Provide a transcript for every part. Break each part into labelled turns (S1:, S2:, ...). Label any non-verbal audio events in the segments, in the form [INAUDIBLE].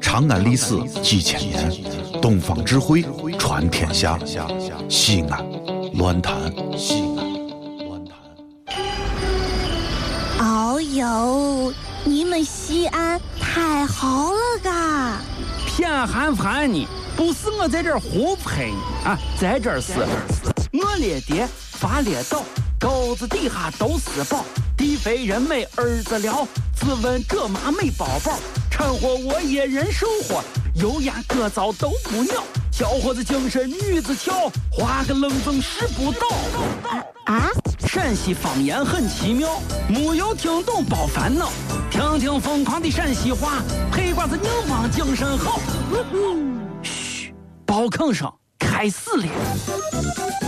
S1: 长安历史几千年，东方智慧传天下。西安，乱谈西安。乱谈。
S2: 哦呦，你们西安太好了嘎！啊
S3: 偏寒寒你，不是我在这儿胡喷你啊，在这儿是，我列爹发列倒，沟子底下都是宝，地肥人美儿子了，自问这妈没宝宝，掺和我也人生活，油盐各糟都不尿，小伙子精神女子俏，花个愣风拾不倒。
S2: 啊，
S3: 陕西方言很奇妙，没有听懂别烦恼，听听疯狂的陕西话，黑瓜子硬邦精神好。嘘，包吭声开始了。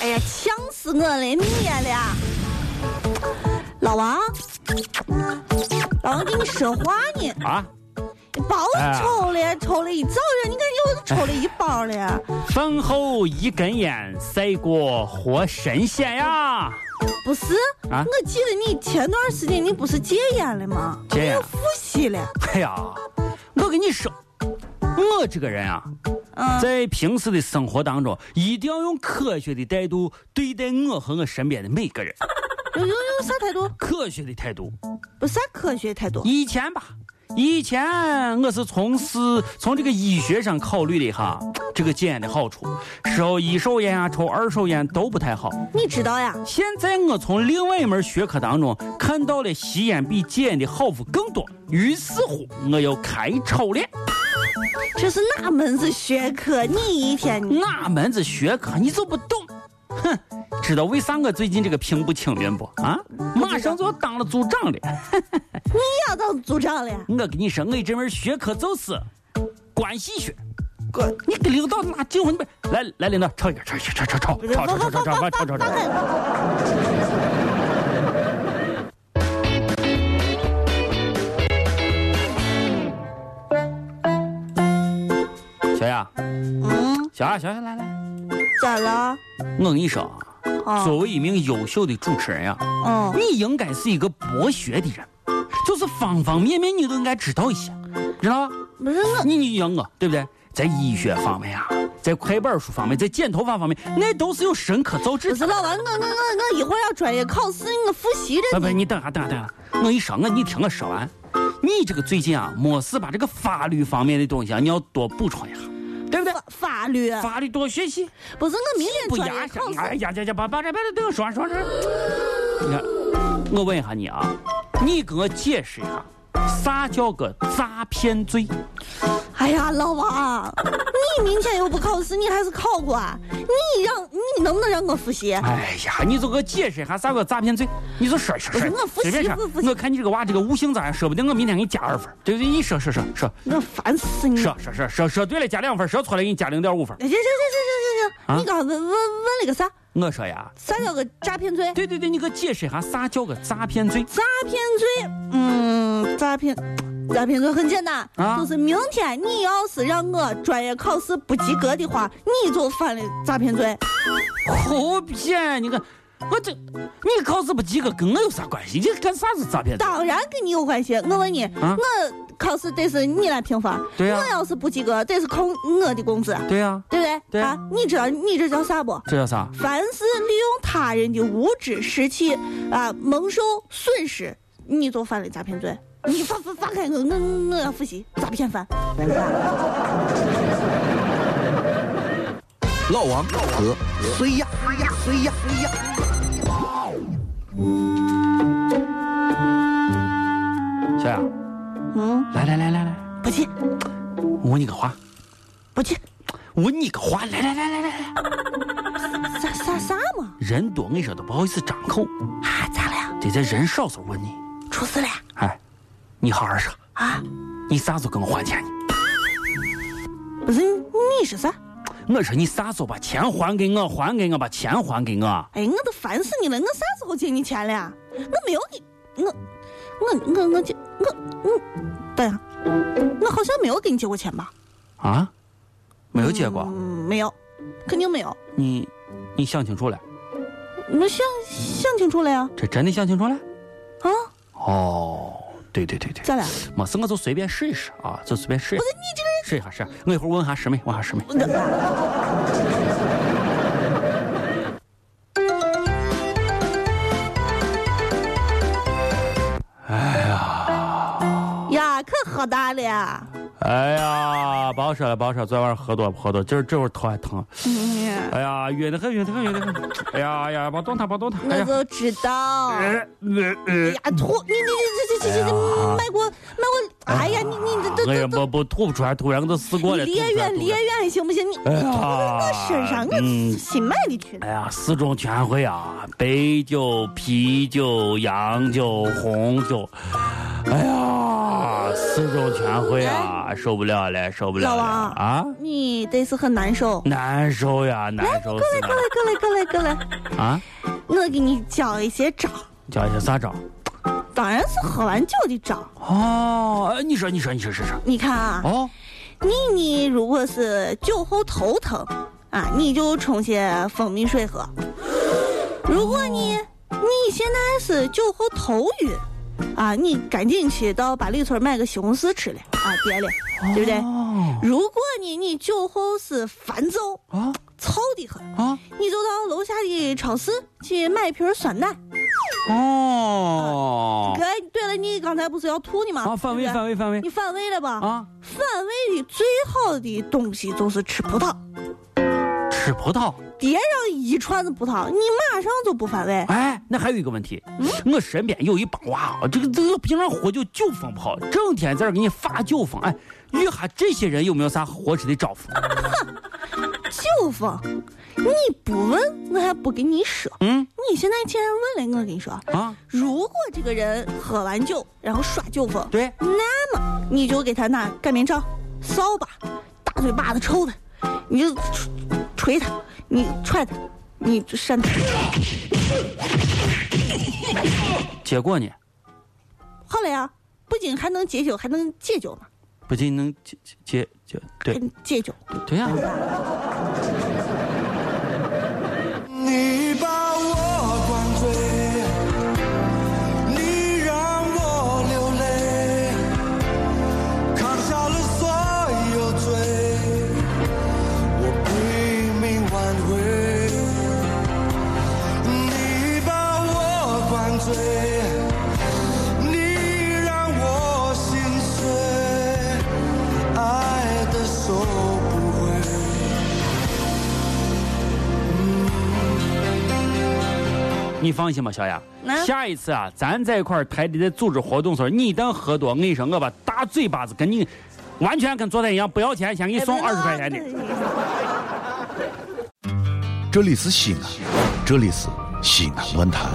S2: 哎呀，呛死我了，灭了！老王，老王跟你说话呢，
S3: 啊，
S2: 你包抽了，抽了一早上，你看又抽了一包了。
S3: 饭后一根烟，赛过活神仙呀！
S2: 不是，
S3: 啊
S2: 我记得你前段时间你不是戒烟了吗？
S3: 戒烟
S2: 又复吸了。
S3: 哎呀，我跟你说，我这个人啊，
S2: 嗯，
S3: 在平时的生活当中，一定要用科学的态度对待我和我身边的每个人，
S2: 有有有啥态度？
S3: 科学的态度。
S2: 不啥科学态度。
S3: 以前吧，以前我是从事从这个医学上考虑了一下这个戒烟的好处，抽一手烟啊，抽二手烟都不太好。
S2: 你知道呀？
S3: 现在我从另外一门学科当中看到了吸烟比戒烟的好处更多，于是乎我又开抽了。
S2: 这是哪门子学科？你一天你
S3: 哪门子学科你就不懂？哼，知道为啥我最近这个平步青云不？啊，马上就要当了组长了。
S2: 要当组长了呀？
S3: 我跟你说，我这门学科就是关系学。哥，你跟领导拿结婚呗？来来，领导抽一根，抽一根，抽抽抽抽抽抽抽抽抽抽抽抽。小雅，
S2: 嗯，
S3: 小雅，小雅，来来，
S2: 咋了？
S3: 我跟你说啊，
S2: 啊，
S3: 作为一名优秀的主持人呀，
S2: 嗯，
S3: 你应该是一个博学的人，就是方方面面你都应该知道一些，知道吧？
S2: 不是我，
S3: 你你像我，对不对？在医学方面啊，在快板书方面，在剪头发方面，那都是有深刻造
S2: 不
S3: 诣
S2: 是
S3: 的。
S2: 老王，我我我我一会儿要专业考试，我复习着
S3: 啊，不，
S2: 呢。
S3: 你等下，等下，等下，我跟你说，我你听我说完。你这个最近啊，没事把这个法律方面的东西啊，你要多补充一下，对不对？
S2: 法律
S3: 法律多学习，
S2: 不是我明天
S3: 不
S2: 专
S3: 压
S2: 业
S3: 身
S2: 考。试，
S3: 哎呀呀呀，把把这把这对我说完说完说完。你看，我问一下你啊，你给我解释一下，啥叫个诈骗罪？
S2: 哎呀，老王，你明天又不考试，你还是考过啊？你让你能不能让我复习？
S3: 哎呀，你就给我解释一下啥叫诈骗罪？你就说一说
S2: 不
S3: 说
S2: 是我复习
S3: 随便
S2: 不
S3: 说
S2: 复。习
S3: 我看你这个娃这个悟性咋样，说不定我明天给你加二分，对不对？你说说说说
S2: 我烦死你！
S3: 说说说说说对了加两分，说错了给你加零点五分。
S2: 行行行行行行
S3: 啊
S2: 行，你刚问问问了个啥？
S3: 我说呀，
S2: 啥叫个诈骗罪？
S3: 对对对，你给我解释一下啥叫个诈骗罪？
S2: 诈骗罪，嗯，诈骗，诈骗罪很简单，
S3: 啊
S2: 就是明天你要是让我专业考试不及格的话，你就犯了诈骗罪。
S3: 胡骗！你看我这你考试不及格跟我有啥关系？你干啥子诈骗罪？
S2: 当然跟你有关系。我问你，
S3: 啊
S2: 我考试得是你来评分，
S3: 对呀
S2: 我要是不及格，得是扣我的工资，
S3: 对呀、
S2: 对不对？
S3: 对
S2: 啊，你知道你这叫啥不？
S3: 这叫啥？
S2: 凡是利用他人的无知识去啊蒙受损失，你就犯了诈骗罪。你放放放开我，嗯我我要复习诈骗犯。
S4: 老王和谁呀？谁呀？谁呀？谁呀？
S3: 小雅，
S2: 嗯，
S3: 来来来来来，
S2: 不去，
S3: 我问你个话，
S2: 不去。
S3: 我问你个话，来来来来来，
S2: 啥啥啥嘛？
S3: 人多你说都不好意思张口，
S2: 啊，咋了呀？
S3: 得在人少时候问你。
S2: 出事了呀？
S3: 哎，你好好说，
S2: 啊？
S3: 你啥时候跟我还钱呢？
S2: 不是你是啥？
S3: 我说你啥时候把钱还给我，还给我，把钱还给我。
S2: 哎，我都烦死你了！我啥时候借你钱了呀？我没有你，我我我我借我我，等一下，我好像没有给你借过钱吧？
S3: 啊，没有借过。
S2: 嗯，没有，肯定没有。
S3: 你，你想清楚了？
S2: 我想想清楚了呀！
S3: 这真的想清楚了？
S2: 啊，
S3: 哦，对对对对，
S2: 咋了？
S3: 没事，我就随便试一试啊，就随便试一
S2: 不
S3: 下
S2: 是你这个人
S3: 试一下试一下。我一会儿问下师妹，问下师妹。
S2: 啊
S3: 哎
S2: 呀，可喝大了呀！
S3: 哎呀，不好说了，不好说，昨晚上喝多了，喝多了，今儿这会儿头还疼。
S2: 嗯，
S3: 哎呀，晕得很，晕得很，晕得 [LAUGHS] 很。哎呀哎呀，别动它，别动它。哎
S2: 我就
S3: 呀，
S2: 知道。
S3: 呃呃哎
S2: 哎
S3: 呃
S2: 呀，吐！你你这这这这这卖过卖过！哎呀，你你这
S3: 哎呀，
S2: 这这
S3: 不不吐不出来，吐然我都试过了。
S2: 这，
S3: 吐
S2: 离
S3: 不出来
S2: 远
S3: 吐不
S2: 离
S3: 出来
S2: 远行不行？你你吐
S3: 哎呀
S2: 到我身上，我
S3: 嗯
S2: 心脉里去了。
S3: 哎呀，四种全会啊，白酒、啤酒、洋酒、红酒，哎呀，四种全会啊，受不了了，受不了了
S2: 哎老王
S3: 啊！
S2: 你得是很难受。
S3: 难受呀，难受死
S2: 过来过来过来过来，
S3: 了啊！
S2: 我给你教一些招儿，
S3: 叫一些啥招？
S2: 当然是喝完酒的招儿。
S3: 哦，哎你说，你说，你说，说说。
S2: 你看啊，
S3: 哦，
S2: 你你如果是酒后头疼啊，你就冲些蜂蜜水喝；如果你你现在是酒后头晕啊，你赶紧去到八里村买个西红柿吃了啊，别了，对不对？
S3: 哦
S2: 如果你你酒后是烦躁
S3: 啊
S2: 燥的很，
S3: 啊
S2: 你就到楼下的超市去买一瓶酸奶。
S3: 哦
S2: 哥，对了，你刚才不是要吐你吗？
S3: 啊！反胃，
S2: 对不对
S3: 反
S2: 哦
S3: 胃，反胃
S2: 你反胃了吧？
S3: 啊！
S2: 反胃的最好的东西就是吃葡萄，
S3: 吃葡萄。
S2: 别让一串子葡萄，你马上就不反胃。
S3: 哎，那还有一个问题，嗯我身边有一帮娃啊，这个这个平常喝酒酒疯不好，整天在这儿给你发酒疯。哎，遇下这些人有没有啥合适的招呼？
S2: 酒疯，你不问我还不跟你说。
S3: 嗯
S2: 你现在既然问了，我跟你说，
S3: 啊，
S2: 如果这个人喝完酒然后耍酒疯，
S3: 对，
S2: 那么你就给他拿擀面杖、扫把、大嘴巴子抽他，你就捶他，你踹他，你就扇他。
S3: 结果呢，
S2: 好了呀，不仅还能解酒，还能戒酒呢，
S3: 不仅能结结结，
S2: 还
S3: 对
S2: 能戒酒。
S3: 对呀、
S5: 你把我灌醉，你让我流泪，扛下了所有罪，我拼命挽回。你把我灌醉，你让我心碎，爱的收不回。
S3: 你放心吧，小雅
S2: 啊，
S3: 下一次啊，咱在一块儿台里在组织活动时候，你一旦喝多，我跟你说，我把大嘴巴子跟你，完全跟昨天一哎样，不要钱，先给你送二十块钱的。
S2: 的。
S1: 这里是西安，这里是西安论坛。